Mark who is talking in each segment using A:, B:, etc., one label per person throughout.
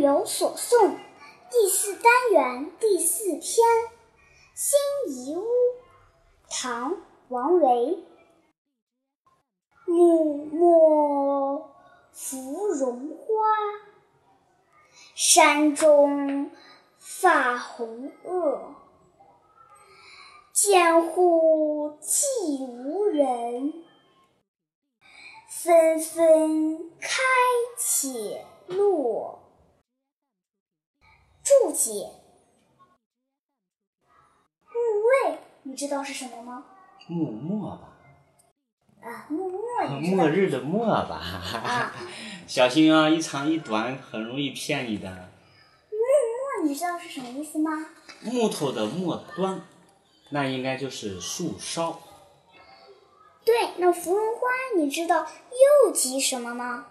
A: 有所诵》第四单元第四篇《新夷屋》，唐·王维。暮漠芙蓉花，山中发红萼。涧户寂无人，纷纷开且落。注解：木卫，你知道是什么吗？
B: 默默吧，
A: 啊，木末，你知道
B: 末日的末吧，
A: 啊，
B: 小心啊，一长一短，很容易骗你的。
A: 木末你知道是什么意思吗？
B: 木头的末端，那应该就是树梢。
A: 对，那芙蓉花你知道又及什么吗？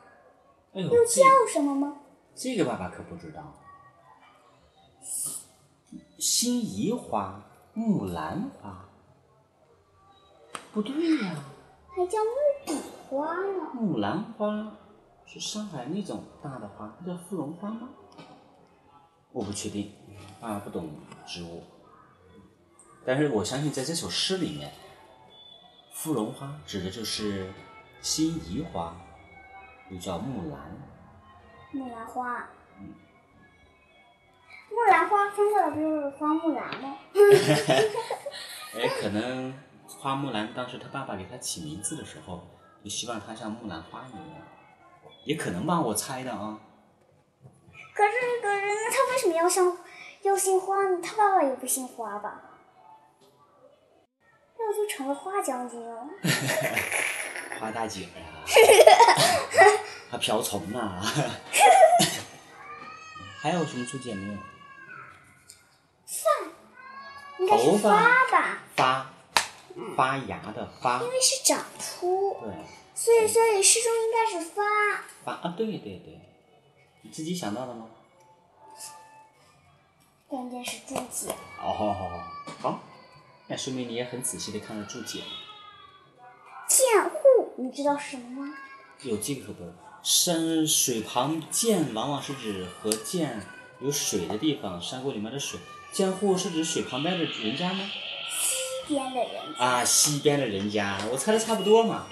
B: 哎呦，
A: 又
B: 这
A: 叫什么吗？
B: 这个爸爸可不知道。辛夷花、木兰花，不对呀、
A: 还叫木笔花呢。
B: 木兰花是上海那种大的花，它叫芙蓉花吗？我不确定，啊，不懂植物。但是我相信，在这首诗里面，芙蓉花指的就是辛夷花，又叫木兰。
A: 木兰花，木兰花生下来不就是花木兰吗？
B: 哎，可能花木兰当时他爸爸给他起名字的时候，就希望她像木兰花一样，也可能吧，我猜的啊。
A: 可是可是，那他为什么要像要姓花呢？他爸爸也不姓花吧？那我就成了花将军了。
B: 花大姐呀、还瓢虫呢、还有什么注解没有？
A: 应该是
B: 头发
A: 发吧，
B: 发，发芽的发，
A: 因为是长出，
B: 对，
A: 所以所以诗中应该是发。
B: 发啊，对对对，你自己想到的吗？
A: 关键是注解。
B: 哦，好好好，好，那说明你也很仔细的看了注解。
A: 涧户，你知道是什么吗？
B: 有这个不？山水旁涧往往是指河涧有水的地方，山谷里面的水。涧户是指水旁边的人家吗？
A: 西边的人，
B: 啊，西边的人家，我猜的差不多嘛。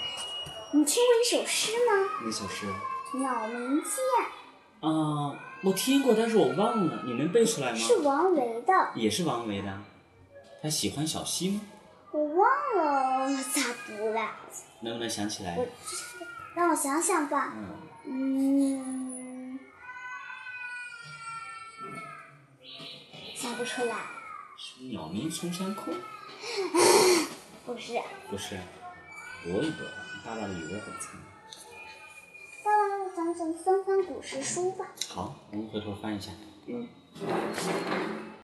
A: 你听过一首诗吗？
B: 那首诗
A: 《鸟鸣涧
B: 啊，我听过，但是我忘了，你能背出来》吗？
A: 是王维的，
B: 也是王维的。他喜欢小溪吗？
A: 我忘了咋读了，
B: 能不能想起来
A: 我？让我想想吧。
B: 嗯，
A: 嗯，想不出来，
B: 是鸟鸣冲山空？
A: 不是。
B: 不是，躲一躲，爸爸的语文很差。
A: 那咱们咱们翻翻古诗书吧。
B: 好，我们回头翻一下。
A: 嗯。